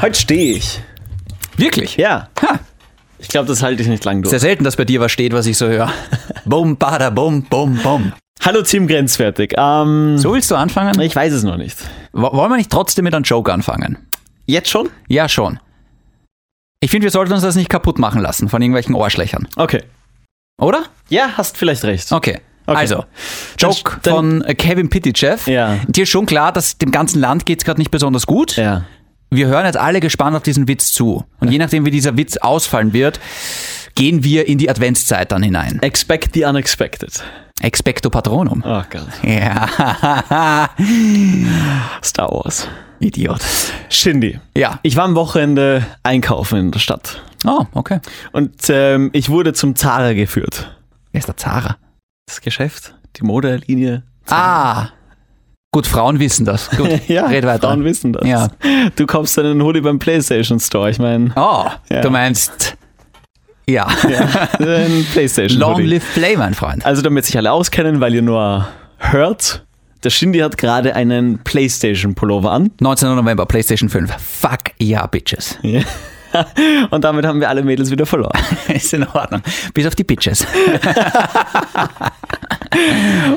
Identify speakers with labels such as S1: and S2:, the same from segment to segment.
S1: Heute stehe ich.
S2: Wirklich?
S1: Ja.
S2: Ha,
S1: Ich glaube, das halte ich nicht lang durch.
S2: sehr selten, dass bei dir was steht, was ich so höre. Bum, bada, bum, bum, bum.
S1: Hallo Team Grenzwertig. Ähm,
S2: So willst du anfangen?
S1: Ich weiß es noch nicht.
S2: Wo- Wollen wir nicht trotzdem mit einem Joke anfangen?
S1: Jetzt schon?
S2: Ja, schon. Ich finde, wir sollten uns das nicht kaputt machen lassen von irgendwelchen Ohrschlechern.
S1: Okay.
S2: Oder?
S1: Ja, hast vielleicht recht.
S2: Okay.
S1: Okay.
S2: Also,
S1: Dann-
S2: Joke
S1: dann-
S2: von äh, Kevin Pitychev.
S1: Ja.
S2: Dir ist schon klar, dass dem ganzen Land geht es gerade nicht besonders gut.
S1: Ja.
S2: Wir hören jetzt alle gespannt auf diesen Witz zu. Und je nachdem, wie dieser Witz ausfallen wird, gehen wir in die Adventszeit dann hinein.
S1: Expect the unexpected.
S2: Expecto Patronum.
S1: Oh Gott.
S2: Ja.
S1: Star Wars.
S2: Idiot.
S1: Shindy.
S2: Ja.
S1: Ich war am Wochenende einkaufen in der Stadt.
S2: Oh, okay.
S1: Und ähm, ich wurde zum Zara geführt.
S2: Wer ist der Zara?
S1: Das Geschäft, die Modelinie.
S2: Ah. Gut, Frauen wissen das. Gut, red weiter.
S1: Frauen wissen das.
S2: Ja.
S1: Du kaufst einen Hoodie beim PlayStation Store. Ich meine,
S2: Oh,
S1: Ja.
S2: du meinst. Ja.
S1: ein PlayStation
S2: Long
S1: Hoodie.
S2: live Play, mein Freund.
S1: Also damit sich alle auskennen, weil ihr nur hört, der Shindy hat gerade einen PlayStation-Pullover an.
S2: 19. November, PlayStation 5. Fuck yeah, Bitches.
S1: Und damit haben wir alle Mädels wieder verloren.
S2: Ist in Ordnung. Bis auf die Bitches.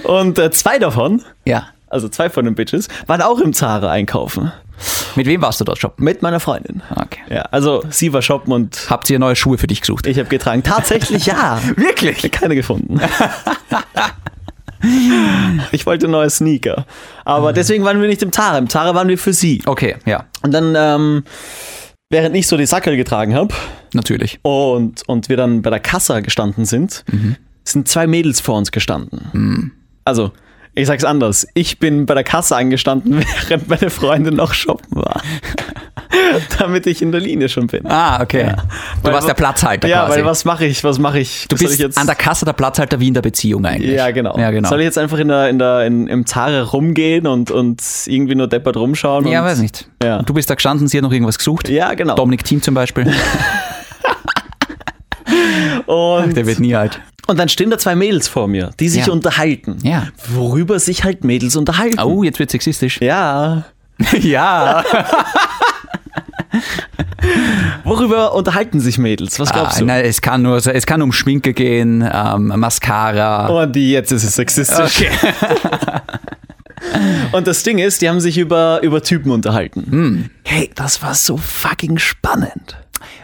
S1: Und äh, zwei davon,
S2: Ja.
S1: also zwei von den Bitches, waren auch im Zara einkaufen.
S2: Mit wem warst du dort shoppen?
S1: Mit meiner Freundin.
S2: Okay.
S1: Ja, also sie war shoppen und
S2: Habt ihr neue Schuhe für dich gesucht?
S1: ich habe getragen. Tatsächlich ja.
S2: Wirklich?
S1: Keine gefunden. Ich wollte neue Sneaker. Aber deswegen waren wir nicht im Zara. Im Zara waren wir für sie.
S2: Okay, ja.
S1: Und dann, ähm, während ich so die Sackel getragen habe,
S2: Natürlich.
S1: und, und wir dann bei der Kassa gestanden sind,
S2: Mhm.
S1: sind zwei Mädels vor uns gestanden. Also, ich sag's anders. Ich bin bei der Kasse angestanden, während meine Freundin noch shoppen war. Damit ich in der Linie schon bin.
S2: Ah, okay. Du
S1: Weil
S2: warst
S1: wa-
S2: der Platzhalter
S1: ja,
S2: quasi.
S1: weil was mache ich? Was mache ich?
S2: du bist an der Kasse der Platzhalter wie in der Beziehung eigentlich.
S1: ja, genau.
S2: Ja, genau.
S1: Soll ich jetzt einfach in der, in der, in, im Zara rumgehen und, und irgendwie nur deppert rumschauen?
S2: ja,
S1: und,
S2: weiß nicht.
S1: Ja.
S2: Du bist da gestanden, sie hat noch irgendwas gesucht.
S1: Ja, genau.
S2: Dominik Thiem zum Beispiel.
S1: Und,
S2: Der wird nie alt.
S1: und dann stehen da zwei Mädels vor mir, die sich
S2: Ja.
S1: unterhalten.
S2: Ja.
S1: Worüber sich halt Mädels unterhalten.
S2: Oh, jetzt wird sexistisch.
S1: Ja.
S2: ja.
S1: Worüber unterhalten sich Mädels? Was glaubst
S2: Ah,
S1: du?
S2: nein, es kann nur, so- es kann um Schminke gehen, ähm, Mascara.
S1: Oh, die, jetzt ist es sexistisch. Und das Ding ist, die haben sich über, über Typen unterhalten. Hey, das war so fucking spannend.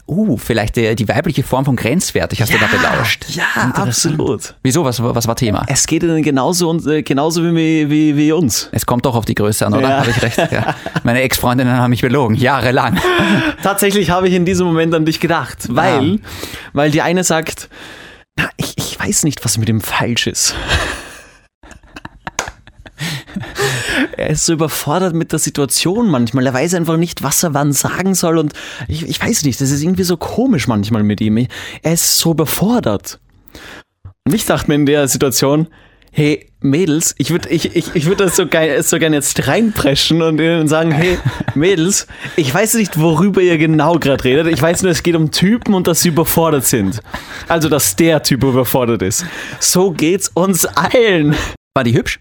S2: Uh, vielleicht die, die weibliche Form von grenzwertig hast du da belauscht.
S1: Ja, Ah, absolut.
S2: Wieso? Was, was war Thema?
S1: Es geht ihnen genauso, und, äh, genauso wie, wie, wie uns.
S2: Es kommt doch auf die Größe an, oder?
S1: Ja.
S2: Habe ich recht? Ja. Meine Ex-Freundinnen haben mich belogen, jahrelang.
S1: Tatsächlich habe ich in diesem Moment an dich gedacht, weil,
S2: Ja.
S1: weil die eine sagt, na, ich, ich weiß nicht, was mit ihm falsch ist. er ist so überfordert mit der Situation manchmal. Er weiß einfach nicht, was er wann sagen soll und ich, ich weiß nicht, das ist irgendwie so komisch manchmal mit ihm. Er ist so überfordert. Und ich dachte mir in der Situation, hey, Mädels, ich würde ich, ich, ich würd das so geil, so gern jetzt reinpreschen und ihnen sagen, hey, Mädels, ich weiß nicht, worüber ihr genau gerade redet. Ich weiß nur, es geht um Typen und dass sie überfordert sind. Also, dass der Typ überfordert ist. So geht's uns allen.
S2: War die hübsch?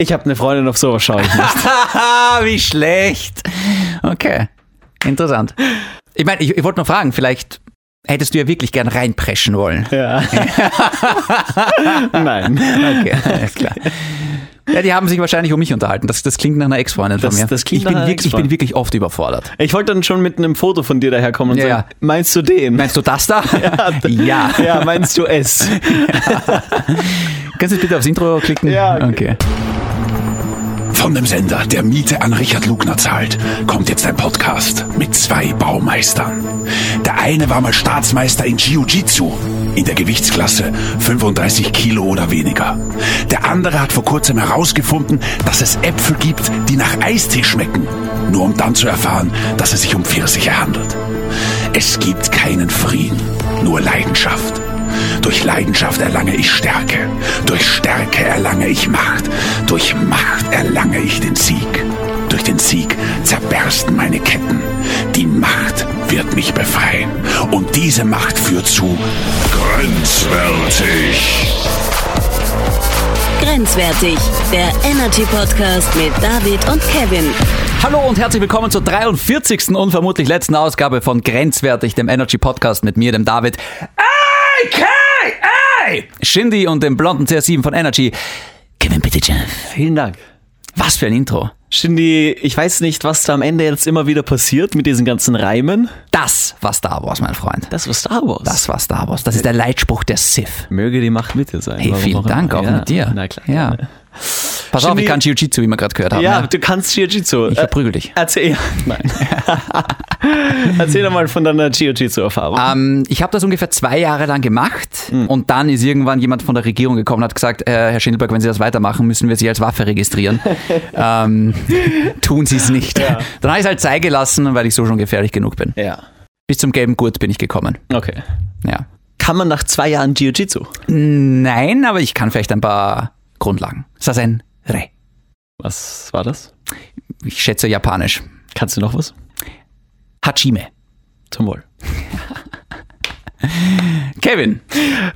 S1: Ich habe eine Freundin auf sowas schaue ich nicht.
S2: Haha, wie schlecht. Okay, interessant. Ich meine, ich, ich wollte nur fragen, vielleicht hättest du ja wirklich gern reinpreschen wollen.
S1: Ja. Nein.
S2: Okay, alles klar. Ja, die haben sich wahrscheinlich um mich unterhalten. Das, das klingt nach einer Ex-Freundin von
S1: Das-
S2: mir.
S1: das klingt
S2: ich,
S1: nach
S2: bin
S1: einer
S2: wirklich, ich bin
S1: Ex-Freundin.
S2: wirklich oft überfordert.
S1: Ich wollte dann schon mit einem Foto von dir daherkommen und
S2: Ja,
S1: sagen,
S2: ja.
S1: meinst du den?
S2: Meinst du das da? Ja.
S1: Ja, meinst du es?
S2: Kannst du jetzt bitte aufs Intro klicken?
S1: Ja,
S2: okay.
S1: okay.
S3: Von dem Sender, der Miete an Richard Lugner zahlt, kommt jetzt ein Podcast mit zwei Baumeistern. Der eine war mal Staatsmeister in Jiu-Jitsu, in der Gewichtsklasse 35 Kilo oder weniger. Der andere hat vor kurzem herausgefunden, dass es Äpfel gibt, die nach Eistee schmecken, nur um dann zu erfahren, dass es sich um Pfirsiche handelt. Es gibt keinen Frieden, nur Leidenschaft. Durch Leidenschaft erlange ich Stärke. Durch Stärke erlange ich Macht. Durch Macht erlange ich den Sieg. Durch den Sieg zerbersten meine Ketten. Die Macht wird mich befreien. Und diese Macht führt zu Grenzwertig.
S4: Grenzwertig, der Energy Podcast mit David und Kevin.
S2: Hallo und herzlich willkommen zur 43. und vermutlich letzten Ausgabe von Grenzwertig, dem Energy Podcast mit mir, dem David. AKA! Shindy und dem blonden CR7 von Energy. Kevin bitte, Jeff.
S1: Vielen Dank.
S2: Was für ein Intro.
S1: Shindy, ich weiß nicht, was da am Ende jetzt immer wieder passiert mit diesen ganzen Reimen.
S2: Das war Star Wars, mein Freund.
S1: Das war Star Wars.
S2: Das war Star Wars. Das ist der Leitspruch der Sith.
S1: Möge die Macht mit dir sein.
S2: Hey,
S1: warum
S2: vielen
S1: immer.
S2: Dank auch
S1: ja.
S2: mit dir.
S1: Na klar.
S2: Ja. Pass auf,
S1: Shindy-
S2: ich kann Jiu-Jitsu, wie wir gerade gehört haben.
S1: Ja,
S2: ja.
S1: du kannst Jiu-Jitsu. Äh,
S2: Ich verprügel dich.
S1: Erzähl, nein. Erzähl doch mal von deiner Jiu-Jitsu-Erfahrung.
S2: Ähm, ich habe das ungefähr zwei Jahre lang gemacht
S1: Mhm.
S2: und dann ist irgendwann jemand von der Regierung gekommen und hat gesagt, äh, Herr Schindelberg, wenn Sie das weitermachen, müssen wir Sie als Waffe registrieren. ähm, tun Sie es nicht. Dann habe ich es halt sein gelassen, weil ich so schon gefährlich genug bin.
S1: Ja,
S2: Bis zum gelben Gurt bin ich gekommen.
S1: okay.
S2: Ja.
S1: Kann man nach zwei Jahren Jiu-Jitsu?
S2: Nein, aber ich kann vielleicht ein paar Grundlagen. Ist das ein Re?
S1: Was war das?
S2: Ich schätze japanisch.
S1: Kannst du noch was?
S2: Hachime.
S1: Zum Wohl.
S2: Kevin.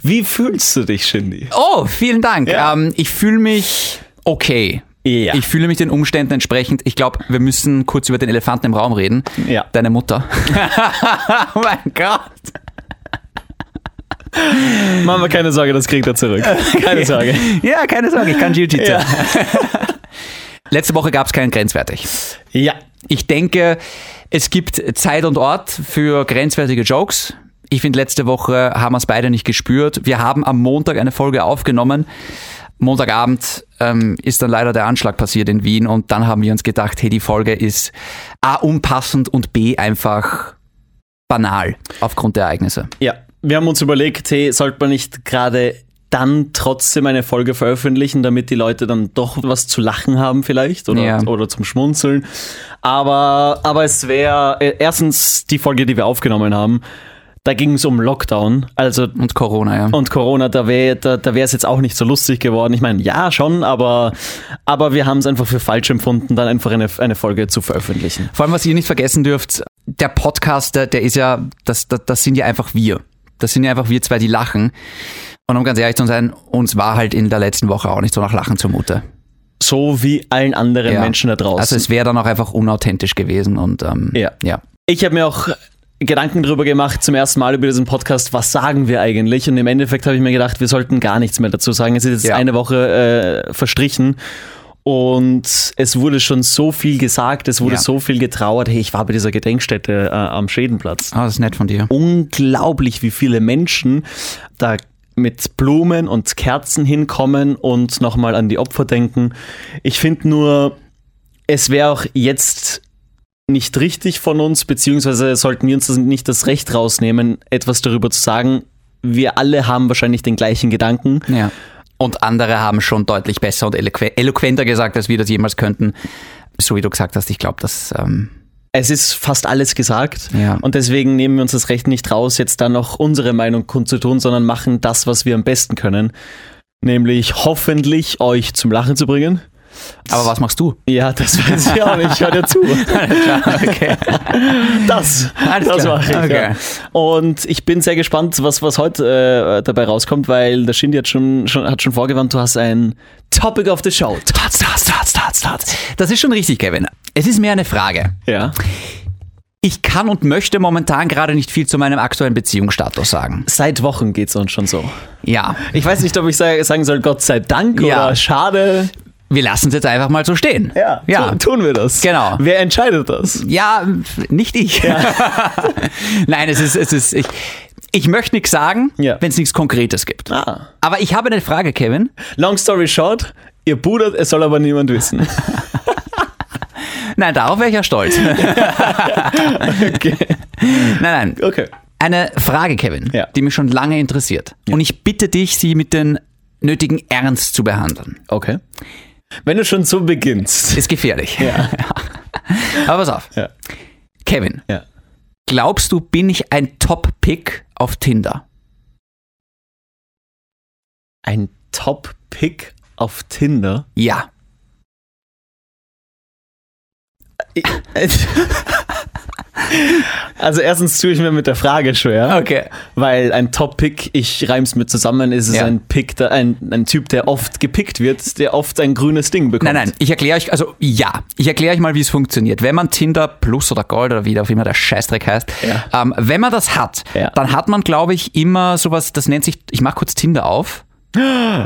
S1: Wie fühlst du dich, Shindy?
S2: Oh, vielen Dank.
S1: Ja.
S2: Ähm, ich fühle mich okay.
S1: Ja.
S2: Ich fühle mich den Umständen entsprechend. Ich glaube, wir müssen kurz über den Elefanten im Raum reden.
S1: Ja.
S2: Deine Mutter. oh mein Gott.
S1: Mach mal keine Sorge, das kriegt er zurück. Keine Sorge.
S2: Ja, keine Sorge, ich kann Jiu-Jitsu. Letzte Woche gab es keinen Grenzwertig.
S1: Ja.
S2: Ich denke, es gibt Zeit und Ort für grenzwertige Jokes. Ich finde, letzte Woche haben wir es beide nicht gespürt. Wir haben am Montag eine Folge aufgenommen. Montagabend ähm, ist dann leider der Anschlag passiert in Wien und dann haben wir uns gedacht, hey, die Folge ist A, unpassend und B, einfach banal aufgrund der Ereignisse.
S1: Ja. Wir haben uns überlegt, hey, sollte man nicht gerade dann trotzdem eine Folge veröffentlichen, damit die Leute dann doch was zu lachen haben vielleicht oder,
S2: Ja.
S1: oder zum Schmunzeln. Aber, aber es wäre äh, erstens die Folge, die wir aufgenommen haben, da ging es um Lockdown. Also
S2: Und Corona, ja.
S1: und Corona, da wäre da, da es jetzt auch nicht so lustig geworden. Ich meine, ja, schon, aber, aber wir haben es einfach für falsch empfunden, dann einfach eine, eine Folge zu veröffentlichen.
S2: Vor allem, was ihr nicht vergessen dürft, der Podcaster, der ist ja, das, das, das sind ja einfach wir. Das sind ja einfach wir zwei, die lachen. Und um ganz ehrlich zu sein, uns war halt in der letzten Woche auch nicht so nach Lachen zumute.
S1: So wie allen anderen Menschen da draußen.
S2: Also es wäre dann auch einfach unauthentisch gewesen und ähm,
S1: Ja.
S2: ja.
S1: ich habe mir auch Gedanken darüber gemacht, zum ersten Mal über diesen Podcast, was sagen wir eigentlich? Und im Endeffekt habe ich mir gedacht, wir sollten gar nichts mehr dazu sagen. Es ist jetzt
S2: Ja.
S1: eine Woche äh, verstrichen. Und es wurde schon so viel gesagt, es wurde
S2: Ja.
S1: so viel getrauert. Hey, ich war bei dieser Gedenkstätte äh, am Schädenplatz.
S2: Ah, das ist nett von dir.
S1: unglaublich, wie viele Menschen da mit Blumen und Kerzen hinkommen und nochmal an die Opfer denken. Ich finde nur, es wäre auch jetzt nicht richtig von uns, beziehungsweise sollten wir uns das nicht das Recht rausnehmen, etwas darüber zu sagen. Wir alle haben wahrscheinlich den gleichen Gedanken.
S2: Ja. Und andere haben schon deutlich besser und eloqu eloquenter gesagt, als wir das jemals könnten. So wie du gesagt hast, ich glaube, das ähm,
S1: Es ist fast alles gesagt
S2: Ja.
S1: und deswegen nehmen wir uns das Recht nicht raus, jetzt dann noch unsere Meinung kundzutun, sondern machen das, was wir am besten können. Nämlich hoffentlich euch zum Lachen zu bringen.
S2: Aber was machst du?
S1: Ja, das weiß ich auch nicht. Ich höre dir zu.
S2: okay.
S1: Das,
S2: Alles
S1: das
S2: klar.
S1: mache ich.
S2: Okay.
S1: Ja. Und ich bin sehr gespannt, was, was heute äh, dabei rauskommt, weil der Shindy hat schon, schon, hat schon vorgewarnt, du hast ein Topic of the Show.
S2: Tats, tats, tats, tats, tats. Das ist schon richtig, Kevin. Es ist mehr eine Frage.
S1: Ja.
S2: Ich kann und möchte momentan gerade nicht viel zu meinem aktuellen Beziehungsstatus sagen.
S1: Seit Wochen geht's uns schon so.
S2: Ja,
S1: Ich weiß nicht, ob ich sa- sagen soll, Gott sei Dank
S2: Ja.
S1: oder schade.
S2: wir lassen es jetzt einfach mal so stehen. ja.
S1: Tu- tun wir das.
S2: Genau.
S1: Wer entscheidet das?
S2: Ja, nicht ich. Nein, es ist, es ist, ich, ich möchte nichts sagen,
S1: Ja.
S2: wenn es nichts Konkretes gibt.
S1: Ah.
S2: Aber ich habe eine Frage, Kevin.
S1: Long story short, ihr pudert, es soll aber niemand wissen.
S2: Nein, darauf wäre ich ja stolz.
S1: Okay.
S2: Nein, nein.
S1: okay.
S2: Eine Frage, Kevin,
S1: Ja.
S2: die mich schon lange interessiert. Und ich bitte dich, sie mit dem nötigen Ernst zu behandeln.
S1: Okay. Wenn du schon so beginnst.
S2: Ist gefährlich. Aber pass auf.
S1: Ja.
S2: Kevin,
S1: Ja.
S2: glaubst du, bin ich ein Top-Pick auf Tinder?
S1: Ein Top-Pick auf Tinder?
S2: Ja.
S1: Also erstens tue ich mir mit der Frage schwer.
S2: Okay.
S1: Weil ein Top-Pick, ich reim's mit zusammen, ist es
S2: Ja.
S1: ein Pick, der, ein, ein Typ, der oft gepickt wird, der oft ein grünes Ding bekommt.
S2: Nein, nein, ich erkläre euch, also ja, ich erkläre euch mal, wie es funktioniert. Wenn man Tinder Plus oder Gold oder wie auch immer der Scheißdreck heißt,
S1: Ja.
S2: ähm, wenn man das hat,
S1: Ja.
S2: dann hat man, glaube ich, immer sowas, das nennt sich, ich mache kurz Tinder auf.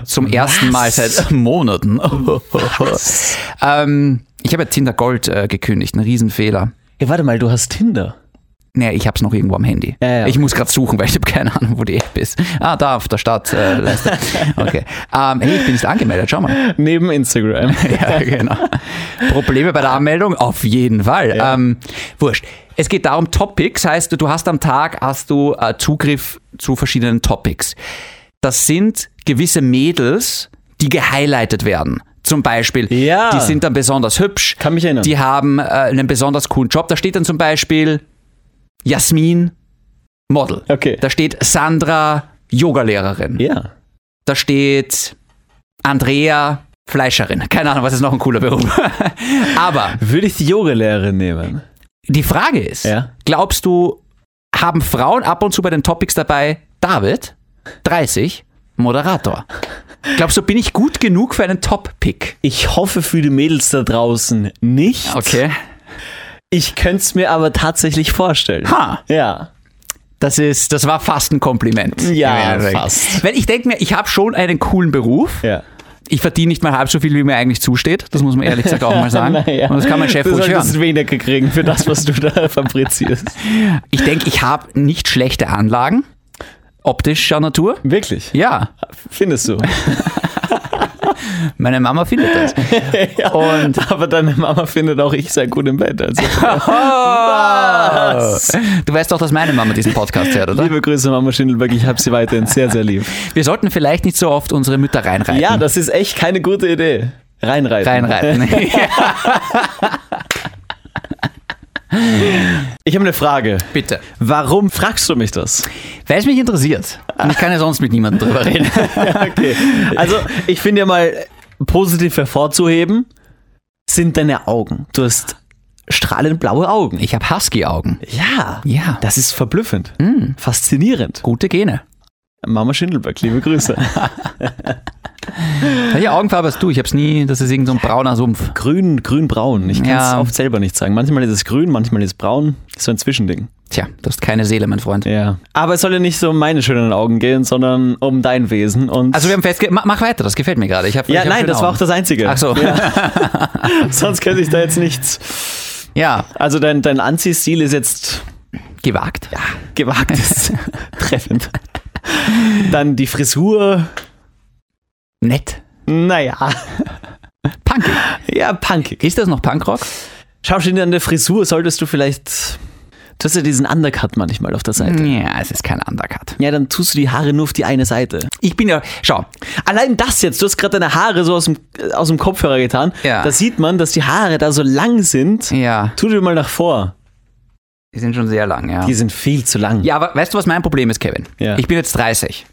S2: Zum ersten Mal seit Monaten. ähm, ich habe ja Tinder Gold äh, gekündigt, ein Riesenfehler.
S1: Ja, warte mal, du hast Tinder.
S2: Nee, ich hab's noch irgendwo am Handy.
S1: Ja, ja.
S2: Ich muss gerade suchen, weil ich habe keine Ahnung, wo die App ist. Ah, da auf der Stadt. Äh, Leiste. okay. Ähm, hey, ich bin nicht angemeldet, schau mal.
S1: Neben Instagram.
S2: Ja, genau. Probleme bei der Anmeldung? Auf jeden Fall. Ähm, wurscht. Es geht darum, Topics heißt, du hast am Tag hast du äh, Zugriff zu verschiedenen Topics. Das sind gewisse Mädels, die gehighlightet werden. Zum Beispiel,
S1: Ja.
S2: die sind dann besonders hübsch.
S1: Kann mich erinnern.
S2: Die haben äh, einen besonders coolen Job. Da steht dann zum Beispiel Jasmin Model.
S1: Okay.
S2: Da steht Sandra Yogalehrerin.
S1: Ja.
S2: Da steht Andrea Fleischerin. Keine Ahnung, was ist noch ein cooler Beruf. Aber
S1: Würde ich die Yoga-Lehrerin nehmen?
S2: die Frage ist,
S1: Ja.
S2: glaubst du, haben Frauen ab und zu bei den Topics dabei David, 30, Moderator? Glaubst du, bin ich gut genug für einen Top-Pick?
S1: Ich hoffe für die Mädels da draußen nicht. Ich könnte es mir aber tatsächlich vorstellen.
S2: Ha.
S1: Ja.
S2: Das ist, das war fast ein Kompliment.
S1: Ja,
S2: Im Endeffekt.
S1: fast.
S2: Weil ich denke mir, ich habe schon einen coolen Beruf.
S1: Ja.
S2: Ich verdiene nicht mal halb so viel, wie mir eigentlich zusteht. Das muss man ehrlich gesagt auch mal sagen.
S1: Naja.
S2: Und das kann mein Chef
S1: du
S2: ruhig hören.
S1: solltest weniger kriegen für das, was du da fabrizierst.
S2: Ich denke, ich habe nicht schlechte Anlagen. Optischer Natur.
S1: Wirklich?
S2: Ja,
S1: Findest du.
S2: meine Mama findet das. Und
S1: Aber deine Mama findet auch ich sehr gut im Bett. Also, Was?
S2: du weißt doch, dass meine Mama diesen Podcast hört, oder?
S1: liebe Grüße, Mama Schindelberg. Ich habe sie weiterhin sehr, sehr lieb.
S2: Wir sollten vielleicht nicht so oft unsere Mütter reinreiten.
S1: Ja, das ist echt keine gute Idee. Reinreiten.
S2: reinreiten.
S1: Ich habe eine Frage.
S2: Bitte.
S1: Warum fragst du mich das?
S2: Weil es mich interessiert. Und ich kann ja sonst mit niemandem drüber reden.
S1: Okay. Also, ich finde ja mal positiv hervorzuheben, sind deine Augen. Du hast strahlend blaue Augen.
S2: Ich habe Husky-Augen.
S1: Ja.
S2: Ja. Mm.
S1: Das ist verblüffend. Faszinierend.
S2: Gute Gene.
S1: Mama Schindelberg, liebe Grüße.
S2: Welche Augenfarbe hast du? Ich hab's nie, das ist irgendein so ein brauner Sumpf.
S1: grün, grün-braun. Ich kann es
S2: Ja.
S1: oft selber nicht sagen. Manchmal ist es grün, manchmal ist es braun. Ist so ein Zwischending.
S2: Tja, du hast keine Seele, mein Freund.
S1: Ja. Aber es soll ja nicht so um meine schönen Augen gehen, sondern um dein Wesen. Und
S2: Also wir haben festge... Ma- Mach weiter, das gefällt mir gerade. Ich hab, ich
S1: ja,
S2: hab
S1: nein,
S2: schöne
S1: das war auch
S2: Augen.
S1: das Einzige.
S2: Ach so,
S1: Sonst könnte ich da jetzt nichts.
S2: ja.
S1: Also dein, dein Anziehstil ist jetzt
S2: Gewagt. Ja.
S1: gewagt ist. Treffend. Dann die Frisur.
S2: Nett.
S1: Naja,
S2: Punkig.
S1: ja, punkig.
S2: Ist das noch Punkrock?
S1: Schau schon an der Frisur, solltest du vielleicht. Du hast ja diesen Undercut manchmal auf der Seite.
S2: Ja, es ist kein Undercut.
S1: Ja, dann tust du die Haare nur auf die eine Seite.
S2: Ich bin ja, schau,
S1: Allein das jetzt, du hast gerade deine Haare so aus dem, äh, aus dem Kopfhörer getan.
S2: Ja.
S1: Da sieht man, dass die Haare da so lang sind.
S2: ja,
S1: Tu dir mal nach vor.
S2: die sind schon sehr lang, ja.
S1: Die sind viel zu lang.
S2: Ja, aber weißt du, was mein Problem ist, Kevin?
S1: Ja.
S2: Ich bin jetzt 30.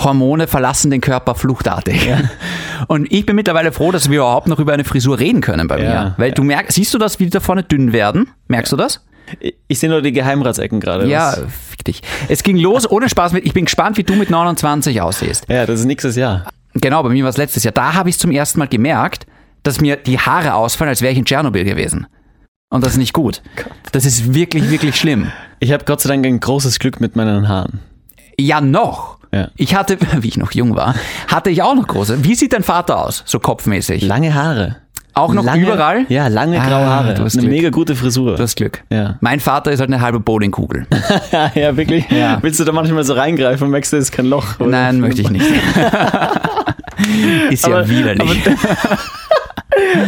S2: Hormone verlassen den Körper fluchtartig. Und ich bin mittlerweile froh, dass wir überhaupt noch über eine Frisur reden können bei mir.
S1: Ja.
S2: Weil du merkst, siehst du das, wie die da vorne dünn werden? Merkst du das?
S1: Ich- Ich sehe nur die Geheimratsecken gerade.
S2: Ja,
S1: Das-
S2: fick dich. Es ging los ohne Spaß mit. Ich bin gespannt, wie du mit 29 aussiehst.
S1: Ja, das ist nächstes Jahr.
S2: Genau, bei mir war es letztes Jahr. Da habe ich es zum ersten Mal gemerkt, dass mir die Haare ausfallen, als wäre ich in Tschernobyl gewesen. Und das ist nicht gut. Das ist wirklich, wirklich schlimm.
S1: Ich habe Gott sei Dank ein großes Glück mit meinen Haaren.
S2: Ja, noch.
S1: Ja.
S2: Ich hatte, wie ich noch jung war, hatte ich auch noch große. Wie sieht dein Vater aus, so kopfmäßig?
S1: Lange Haare.
S2: auch noch
S1: lange,
S2: überall?
S1: Ja, lange
S2: Ah,
S1: graue Haare.
S2: du hast
S1: eine
S2: Glück.
S1: mega gute Frisur.
S2: Du hast Glück.
S1: Ja.
S2: Mein Vater ist halt eine halbe Bowlingkugel.
S1: ja, ja, wirklich.
S2: Ja.
S1: Willst du da manchmal so reingreifen und merkst, da ist kein Loch? oder?
S2: Nein, möchte ich nicht. ist ja
S1: Aber-
S2: widerlich.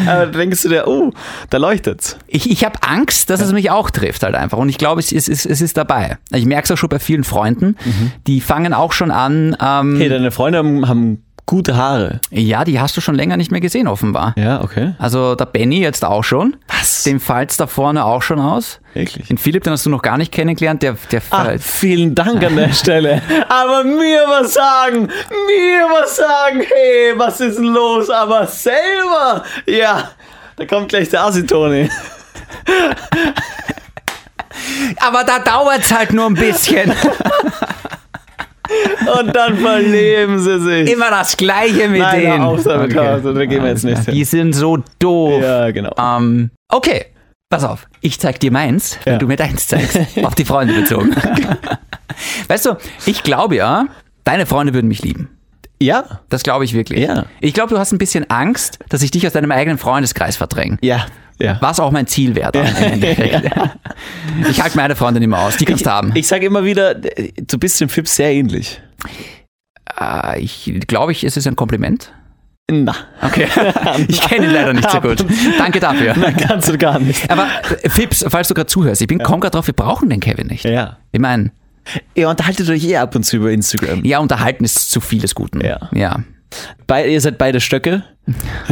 S1: Aber dann denkst du dir, oh, da leuchtet's.
S2: Ich, ich habe Angst, dass es mich auch trifft halt einfach. Und ich glaube, es ist, es, es ist dabei. Ich merke es auch schon bei vielen Freunden.
S1: Mhm.
S2: Die fangen auch schon an, ähm,
S1: Hey, deine Freunde haben, haben gute Haare.
S2: ja, die hast du schon länger nicht mehr gesehen offenbar.
S1: Ja, okay.
S2: Also der Benny jetzt auch schon.
S1: Was?
S2: Den fallt's da vorne auch schon aus.
S1: Wirklich.
S2: Den Philipp, den hast du noch gar nicht kennengelernt. Der, der
S1: Ah,
S2: fällt-
S1: vielen Dank an der Stelle. Aber mir was sagen, mir was sagen, hey, was ist denn los? Aber selber, ja, da kommt gleich der Asitoni.
S2: aber da dauert es halt nur ein bisschen.
S1: Und dann verleben sie sich.
S2: Immer das Gleiche mit
S1: Nein,
S2: denen.
S1: hör auf damit,
S2: Okay.
S1: also, da gehen wir jetzt nicht hin.
S2: Die sind so doof.
S1: Ja, genau.
S2: Ähm, okay, pass auf. Ich zeig dir meins, wenn
S1: Ja.
S2: du mir deins zeigst. auf die Freunde bezogen. weißt du, ich glaube ja, deine Freunde würden mich lieben.
S1: Ja,
S2: Das glaube ich wirklich.
S1: Ja.
S2: Ich glaube, du hast ein bisschen Angst, dass ich dich aus deinem eigenen Freundeskreis verdränge.
S1: ja, ja.
S2: Was auch mein Ziel wäre. dann im Endeffekt. Ich halte meine Freunde nicht mehr aus. Die kannst du haben.
S1: Ich sage immer wieder, du bist dem Fips sehr ähnlich.
S2: Äh, ich glaube, ich, ist es ein Kompliment?
S1: Na,
S2: Okay. Ich kenne ihn leider nicht so gut. Danke dafür.
S1: ganz und gar nicht.
S2: Aber äh, Fips, falls du gerade zuhörst, ich bin komm gerade drauf, wir brauchen den Kevin nicht.
S1: Ja.
S2: Ich meine,
S1: Ihr unterhaltet euch eh ab und zu über Instagram.
S2: ja, unterhalten ist zu vieles Guten.
S1: Ja.
S2: ja.
S1: Bei, ihr seid beide Stöcke.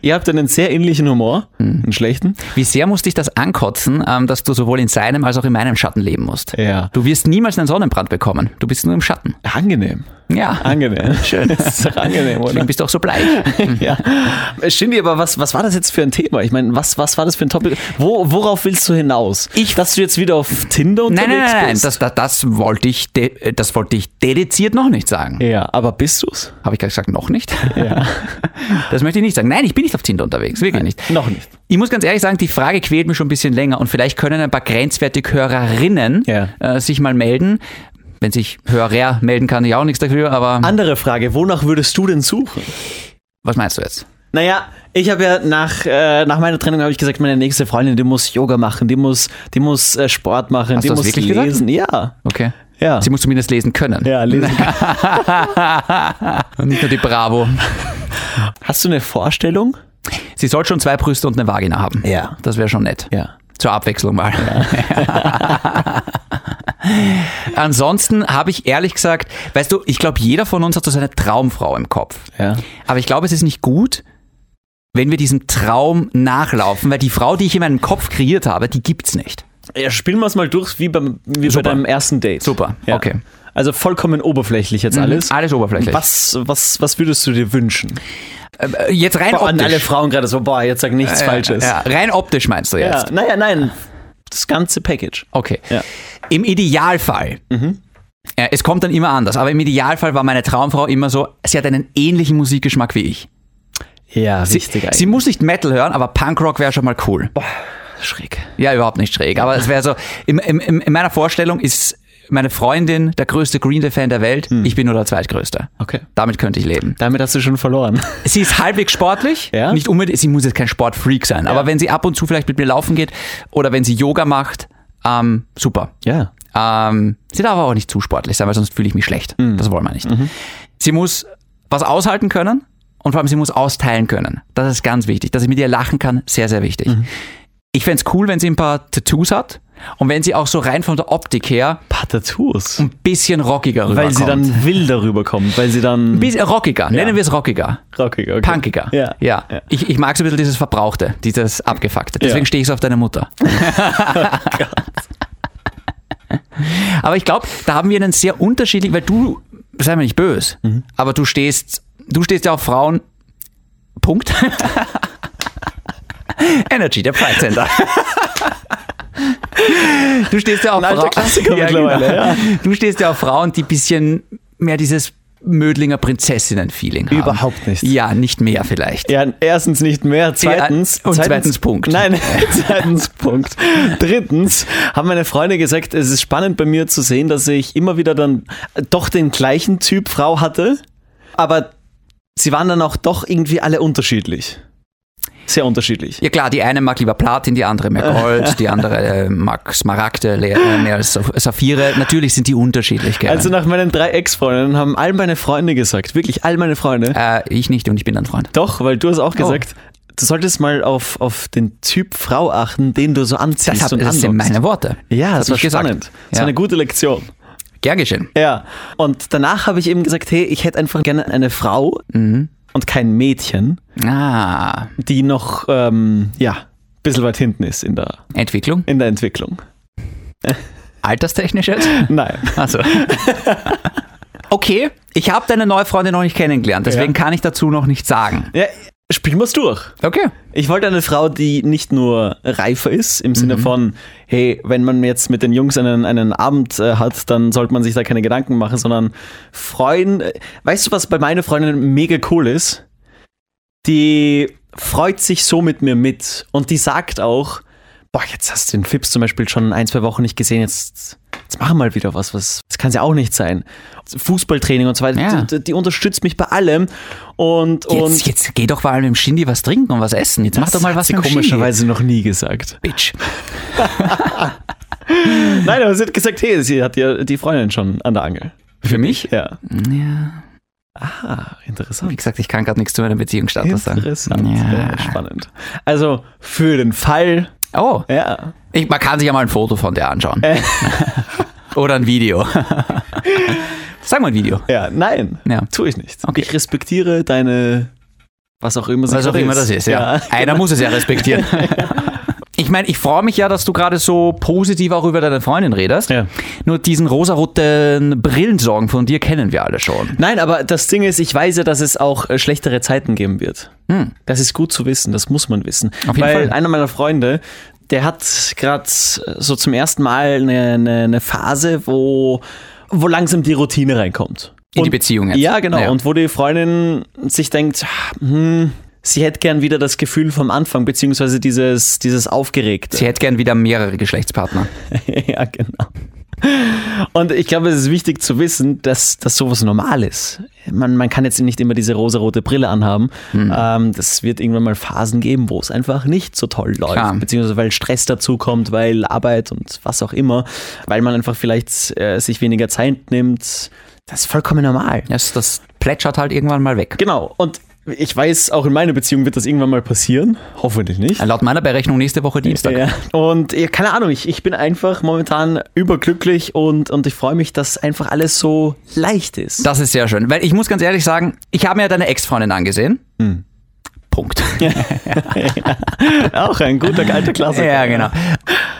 S1: ihr habt einen sehr ähnlichen Humor, einen schlechten.
S2: Wie sehr musste ich das ankotzen, ähm, dass du sowohl in seinem als auch in meinem Schatten leben musst?
S1: Ja.
S2: Du wirst niemals einen Sonnenbrand bekommen. Du bist nur im Schatten.
S1: Angenehm.
S2: Ja.
S1: Angenehm. Schön. Das ist doch angenehm, oder?
S2: Deswegen bist du auch so bleich.
S1: ja. Shindy, aber was, was war das jetzt für ein Thema? Ich meine, was, was war das für ein Topic? Wo, worauf willst du hinaus?
S2: Ich-
S1: Dass du jetzt wieder auf Tinder unterwegs
S2: Nein, nein, nein, nein.
S1: bist?
S2: Das, das, das, wollte ich de, äh, das wollte ich dediziert noch nicht sagen.
S1: ja, aber bist du's?
S2: Habe ich gerade gesagt, noch nicht?
S1: Ja.
S2: Das möchte ich nicht sagen. Nein, ich bin nicht auf Tinder unterwegs. Wirklich nicht.
S1: Noch nicht.
S2: Ich muss ganz ehrlich sagen, die Frage quält mich schon ein bisschen länger und vielleicht können ein paar grenzwertig Hörerinnen
S1: Ja.
S2: äh, sich mal melden. Wenn sich Hörer melden kann, ich auch nichts dafür, aber
S1: Andere Frage, wonach würdest du denn suchen?
S2: was meinst du jetzt?
S1: Naja, ich habe ja nach, äh, nach meiner Trennung habe ich gesagt, meine nächste Freundin, die muss Yoga machen, die muss, die muss äh, Sport machen,
S2: Hast
S1: die
S2: du das
S1: muss
S2: wirklich gesagt?
S1: lesen. Ja,
S2: Okay.
S1: ja.
S2: Sie muss zumindest lesen können.
S1: ja, lesen.
S2: Und nicht nur die Bravo.
S1: Hast du eine Vorstellung?
S2: Sie soll schon zwei Brüste und eine Vagina haben.
S1: Ja.
S2: Das wäre schon nett.
S1: Ja.
S2: Zur Abwechslung mal. Ansonsten habe ich ehrlich gesagt, weißt du, ich glaube, jeder von uns hat so seine Traumfrau im Kopf.
S1: Ja.
S2: Aber ich glaube, es ist nicht gut, wenn wir diesem Traum nachlaufen, weil die Frau, die ich in meinem Kopf kreiert habe, die gibt's nicht.
S1: ja spielen wir es mal durch, wie, beim, wie bei
S2: Super.
S1: deinem ersten Date.
S2: Super,
S1: Ja.
S2: okay. Mhm,
S1: Also vollkommen oberflächlich jetzt alles.
S2: Alles oberflächlich.
S1: Was, was, was würdest du dir wünschen?
S2: Äh, Jetzt rein
S1: Boah, und
S2: optisch.
S1: alle Frauen gerade so, boah, jetzt sag nichts
S2: Äh,
S1: Falsches.
S2: Ja, rein optisch meinst du jetzt.
S1: ja. Naja, nein. Das ganze Package.
S2: Okay.
S1: Ja.
S2: Im Idealfall. Äh, Es kommt dann immer anders, aber im Idealfall war meine Traumfrau immer so, sie hat einen ähnlichen Musikgeschmack wie ich.
S1: Ja,
S2: Sie,
S1: richtig
S2: sie muss nicht Metal hören, aber Punkrock wäre schon mal cool.
S1: schräg.
S2: Ja, überhaupt nicht schräg. Aber es wäre so, in, in, in in meiner Vorstellung ist meine Freundin der größte Green Day-Fan der Welt. Ich bin nur der zweitgrößte.
S1: Hm. Okay.
S2: Damit könnte ich leben.
S1: Damit hast du schon verloren.
S2: Sie ist halbwegs sportlich.
S1: Ja.
S2: Nicht unbedingt, sie muss jetzt kein Sportfreak sein. Aber wenn sie ab und zu vielleicht mit mir laufen geht oder wenn sie Yoga macht, ähm, super.
S1: Ja.
S2: Ähm, sie darf aber auch nicht zu sportlich sein, weil sonst fühle ich mich schlecht.
S1: Mhm.
S2: Das wollen wir nicht. Sie muss was aushalten können und vor allem sie muss austeilen können. Das ist ganz wichtig. Dass ich mit ihr lachen kann, sehr, sehr wichtig.
S1: Mhm.
S2: Ich fänd's cool, wenn sie ein paar Tattoos hat und wenn sie auch so rein von der Optik her
S1: paar Tattoos.
S2: ein bisschen rockiger rüberkommt.
S1: Weil sie dann wilder rüberkommt, weil sie dann
S2: bisschen rockiger, nennen wir es rockiger.
S1: rockiger, okay.
S2: Punkiger.
S1: Ja.
S2: ja.
S1: Ja.
S2: Ich, ich mag so ein bisschen dieses Verbrauchte, dieses Abgefuckte. Deswegen
S1: Ja. Oh
S2: stehe ich so auf deine Mutter. aber ich glaube, da haben wir einen sehr unterschiedlichen, weil du, sei mir nicht böse,
S1: Mhm.
S2: aber du stehst, du stehst ja auf Frauen. Punkt. Energy, der Pride Center. Du stehst ja auf
S1: alter
S2: Frauen.
S1: Klassiker mittlerweile, ja.
S2: Du stehst ja auf Frauen, die ein bisschen mehr dieses Mödlinger Prinzessinnen-Feeling haben.
S1: Überhaupt nicht.
S2: Ja, nicht mehr vielleicht.
S1: Ja, erstens nicht mehr, zweitens.
S2: und zweitens Punkt.
S1: Nein, zweitens Punkt. Drittens haben meine Freunde gesagt, es ist spannend bei mir zu sehen, dass ich immer wieder dann doch den gleichen Typ Frau hatte, aber sie waren dann auch doch irgendwie alle unterschiedlich. Sehr unterschiedlich.
S2: Ja klar, die eine mag lieber Platin, die andere mehr Gold, die andere äh, mag Smaragde le- äh, mehr als Sa- Saphire. Natürlich sind die unterschiedlich, gell?
S1: Also nach meinen drei Ex-Freundinnen haben all meine Freunde gesagt, wirklich all meine Freunde,
S2: äh, ich nicht und ich bin dein Freund.
S1: Doch, weil du hast
S2: Oh.
S1: auch gesagt, du solltest mal auf, auf den Typ Frau achten, den du so anziehst
S2: Das, hab,
S1: und
S2: das sind
S1: anlockst.
S2: meine Worte.
S1: Ja, das,
S2: hab
S1: war
S2: ich gesagt.
S1: spannend. Das war
S2: Ja.
S1: eine gute Lektion.
S2: Gern geschehen.
S1: Ja. Und danach habe ich eben gesagt, hey, ich hätte einfach gerne eine Frau
S2: Mhm.
S1: und kein Mädchen,
S2: Ah,
S1: die noch, ähm, ja, ein bisschen weit hinten ist in der,
S2: Entwicklung?
S1: in der Entwicklung.
S2: Alterstechnisch jetzt?
S1: Nein.
S2: Also. Okay, ich habe deine neue Freundin noch nicht kennengelernt, deswegen
S1: Ja.
S2: kann ich dazu noch nichts sagen.
S1: Ja, Spielen wir es durch.
S2: Okay.
S1: Ich wollte eine Frau, die nicht nur reifer ist, im Sinne
S2: Mhm.
S1: von, hey, wenn man jetzt mit den Jungs einen, einen Abend äh, hat, dann sollte man sich da keine Gedanken machen, sondern freuen. äh, Weißt du, was bei meiner Freundin mega cool ist? Die freut sich so mit mir mit und die sagt auch, boah, jetzt hast du den Fips zum Beispiel schon ein, zwei Wochen nicht gesehen, jetzt, jetzt mach mal wieder was, was, das kann ja auch nicht sein. Fußballtraining und so weiter,
S2: Ja.
S1: die, die unterstützt mich bei allem und, und
S2: Jetzt, jetzt geh doch vor allem im Schindy was trinken und was essen. Jetzt mach doch mal was
S1: hat
S2: mit
S1: sie
S2: dem Schindy.
S1: komischerweise noch nie gesagt.
S2: Bitch.
S1: Nein, aber sie hat gesagt, hey, sie hat ja die Freundin schon an der Angel.
S2: Für mich?
S1: Ja.
S2: Ja.
S1: Ah,
S2: Wie
S1: interessant.
S2: gesagt, ich kann gerade nichts zu meinem Beziehungsstatus sagen.
S1: Interessant.
S2: Ja.
S1: Ja. Spannend. Also, für den Fall,
S2: Oh,
S1: ja.
S2: ich, man kann sich ja mal ein Foto von der anschauen.
S1: Äh.
S2: Oder ein Video. Sag mal ein Video.
S1: Ja, nein.
S2: Ja.
S1: Tue ich nicht.
S2: Okay.
S1: Ich respektiere deine, was auch immer sie
S2: Was auch
S1: gerade
S2: immer das ist, ja. Einer muss es ja respektieren. Ich meine, ich freue mich ja, dass du gerade so positiv auch über deine Freundin redest.
S1: Ja.
S2: Nur diesen rosaroten Brillensorgen von dir kennen wir alle schon.
S1: Nein, aber das Ding ist, ich weiß ja, dass es auch äh, schlechtere Zeiten geben wird. Das ist gut zu wissen, das muss man wissen.
S2: Hm. Auf jeden
S1: Weil
S2: Fall.
S1: einer meiner Freunde, der hat gerade so zum ersten Mal eine, eine, eine Phase, wo, wo langsam die Routine reinkommt.
S2: In die Beziehung jetzt.
S1: Ja, genau.
S2: Ja.
S1: Und wo die Freundin sich denkt, hm, sie hätte gern wieder das Gefühl vom Anfang, beziehungsweise dieses, dieses Aufgeregte.
S2: Sie hätte gern wieder mehrere Geschlechtspartner.
S1: Ja, genau. Und ich glaube, es ist wichtig zu wissen, dass, dass sowas normal ist. Man, man kann jetzt nicht immer diese rosarote Brille anhaben. Ähm, das wird irgendwann mal Phasen geben, wo es einfach nicht so toll läuft.
S2: Klar.
S1: Beziehungsweise weil Stress dazukommt, weil Arbeit und was auch immer. Weil man einfach vielleicht äh, sich weniger Zeit nimmt. Das ist vollkommen normal.
S2: Das, das plätschert halt irgendwann mal weg.
S1: Genau. Und ich weiß, auch in meiner Beziehung wird das irgendwann mal passieren. Hoffentlich nicht.
S2: Laut meiner Berechnung nächste Woche Dienstag.
S1: Ja. Und ja, keine Ahnung, ich, ich bin einfach momentan überglücklich und, und ich freue mich, dass einfach alles so leicht ist.
S2: Das ist sehr schön. Weil ich muss ganz ehrlich sagen, ich habe mir ja deine Ex-Freundin angesehen.
S1: Hm.
S2: Punkt.
S1: Auch ein guter alter Klassiker.
S2: Ja, genau.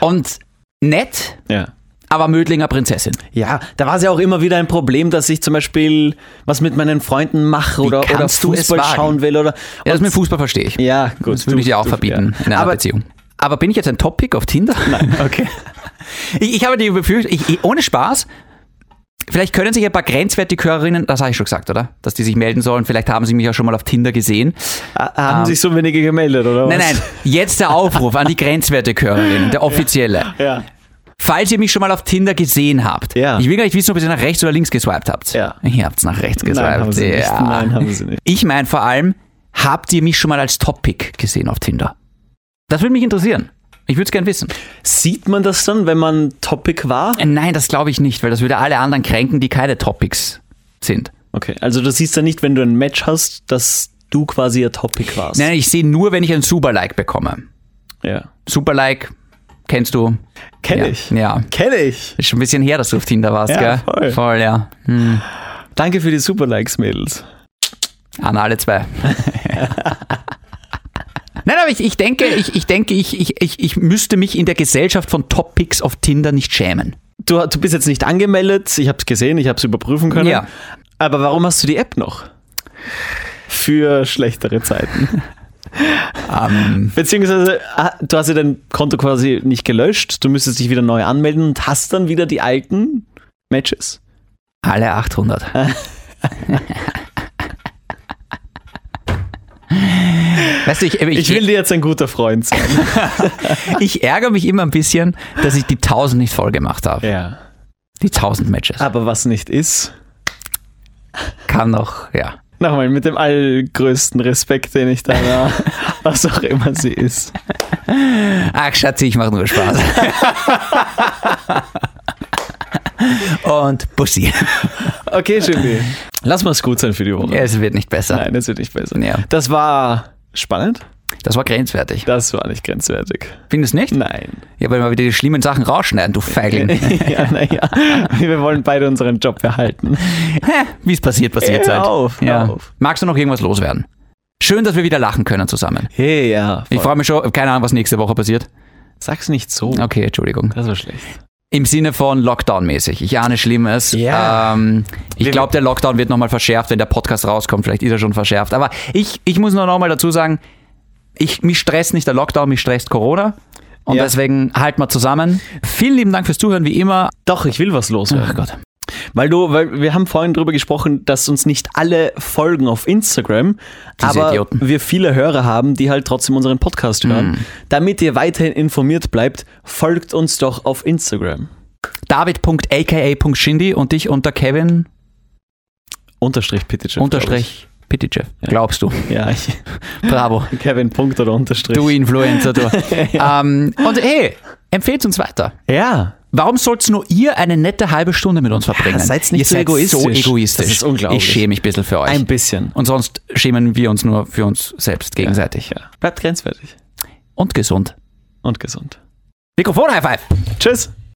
S2: Und nett,
S1: Ja.
S2: aber Mödlinger Prinzessin.
S1: genau. ja, da war es ja auch immer wieder ein Problem, dass ich zum Beispiel was mit meinen Freunden mache oder, oder
S2: kannst du es
S1: Fußball
S2: wagen?
S1: schauen will oder.
S2: Ja, das
S1: und-
S2: mit Fußball verstehe ich.
S1: ja, gut.
S2: Das würde ich dir auch
S1: du-
S2: verbieten
S1: ja.
S2: in einer
S1: Aber-
S2: Beziehung. Aber bin ich jetzt ein Top-Pick auf Tinder?
S1: Nein, okay.
S2: Ich, ich habe die Befürchtung, ich, ich, ohne Spaß, vielleicht können sich ein paar grenzwertige Hörerinnen, das habe ich schon gesagt, oder? Dass die sich melden sollen, vielleicht haben sie mich ja schon mal auf Tinder gesehen.
S1: Ha- Haben sich so wenige gemeldet, oder was?
S2: Ähm, Nein, nein, jetzt der Aufruf an die grenzwertige Hörerinnen, der offizielle.
S1: Ja.
S2: Falls ihr mich schon mal auf Tinder gesehen habt,
S1: Ja.
S2: ich will gar nicht wissen, ob ihr sie nach rechts oder links geswiped habt.
S1: Ja.
S2: Ihr habt es nach rechts geswiped.
S1: haben sie
S2: ja.
S1: nicht. Nein, haben sie nicht.
S2: Ich meine vor allem, habt ihr mich schon mal als Top-Pick gesehen auf Tinder? Das würde mich interessieren. Ich würde es gern wissen.
S1: Sieht man das dann, wenn man Topic war?
S2: Äh, Nein, das glaube ich nicht, weil das würde alle anderen kränken, die keine Topics sind.
S1: Okay, also du siehst dann nicht, wenn du ein Match hast, dass du quasi ihr Topic warst.
S2: Nein, ich sehe nur, wenn ich einen Super-Like bekomme.
S1: Ja.
S2: Super-Like, kennst du?
S1: Kenn
S2: Ja.
S1: ich.
S2: Ja.
S1: Kenn ich.
S2: Ist schon ein bisschen her, dass du auf Tinder warst,
S1: Ja,
S2: gell?
S1: voll.
S2: Voll, ja.
S1: Danke für die Superlikes, Mädels.
S2: An alle zwei. Nein, aber ich, ich denke, ich, ich denke, ich, ich, ich, ich müsste mich in der Gesellschaft von Topics auf Tinder nicht schämen.
S1: Du, du bist jetzt nicht angemeldet, ich hab's gesehen, ich hab's überprüfen können.
S2: Ja.
S1: Aber warum hast du die App noch? Für schlechtere Zeiten.
S2: Ähm,
S1: Beziehungsweise, ah, du hast ja dein Konto quasi nicht gelöscht, du müsstest dich wieder neu anmelden und hast dann wieder die alten Matches.
S2: Alle 800. weißt du, ich, ich,
S1: Ich will dir jetzt ein guter Freund sein.
S2: ich ärgere mich immer ein bisschen, dass ich die 1000 nicht voll gemacht habe.
S1: Ja. Ah.
S2: Die 1000 Matches.
S1: Aber was nicht ist,
S2: Kann noch, ja.
S1: nochmal mit dem allergrößten Respekt, den ich deiner, was auch immer sie ist.
S2: Ach, Schatzi, ich mache nur Spaß. Und Bussi.
S1: Okay, Jimmy. Lass mal es gut sein für die Woche.
S2: Es wird nicht besser.
S1: Nein, das wird nicht besser.
S2: Ja.
S1: Das war spannend.
S2: Das war grenzwertig.
S1: Das war nicht grenzwertig.
S2: Findest du nicht?
S1: Nein.
S2: Ja, weil wir wieder die schlimmen Sachen rausschneiden, du Feigling.
S1: ja, naja. Wir wollen beide unseren Job behalten.
S2: Hä, Wie es passiert, passiert
S1: Hör
S2: halt.
S1: auf, hör
S2: ja.
S1: auf.
S2: Magst du noch irgendwas loswerden? Schön, dass wir wieder lachen können zusammen.
S1: Hey, ja.
S2: Ich freue mich schon, keine Ahnung, was nächste Woche passiert.
S1: Sag's nicht so.
S2: Okay, Entschuldigung.
S1: Das war schlecht.
S2: Im Sinne von Lockdown-mäßig. Ich ahne Schlimmes.
S1: Ja.
S2: Ähm, ich glaube, der Lockdown wird nochmal verschärft, wenn der Podcast rauskommt. Vielleicht ist er schon verschärft. Aber ich, ich muss nur nochmal dazu sagen, ich, mich stresst nicht der Lockdown, mich stresst Corona. Und
S1: Ja.
S2: deswegen halt mal zusammen. Vielen lieben Dank fürs Zuhören, wie immer.
S1: Doch, ich will was loswerden.
S2: Ach Gott.
S1: Weil du, weil wir haben vorhin drüber gesprochen, dass uns nicht alle folgen auf Instagram,
S2: Diese
S1: aber
S2: Idioten.
S1: wir viele Hörer haben, die halt trotzdem unseren Podcast hören. Damit ihr weiterhin informiert bleibt, folgt uns doch auf Instagram.
S2: David.aka.shindy und dich unter Kevin
S1: Unterstrich Pittitschef.
S2: unterstrich Pitychev. Glaubst du?
S1: Ja, ich,
S2: Bravo.
S1: Kevin Punkt oder Unterstrich.
S2: Du Influencer, du. ähm, und hey, empfehlt uns weiter.
S1: ja.
S2: Warum sollt's nur ihr eine nette halbe Stunde mit uns verbringen?
S1: seid's nicht
S2: ihr
S1: so
S2: seid so
S1: egoistisch.
S2: egoistisch.
S1: Das ist unglaublich.
S2: Ich schäme mich ein bisschen für euch.
S1: Ein bisschen.
S2: und sonst schämen wir uns nur für uns selbst gegenseitig.
S1: Ja. Bleibt grenzwertig
S2: Und gesund.
S1: und gesund.
S2: Mikrofon High Five!
S1: Tschüss.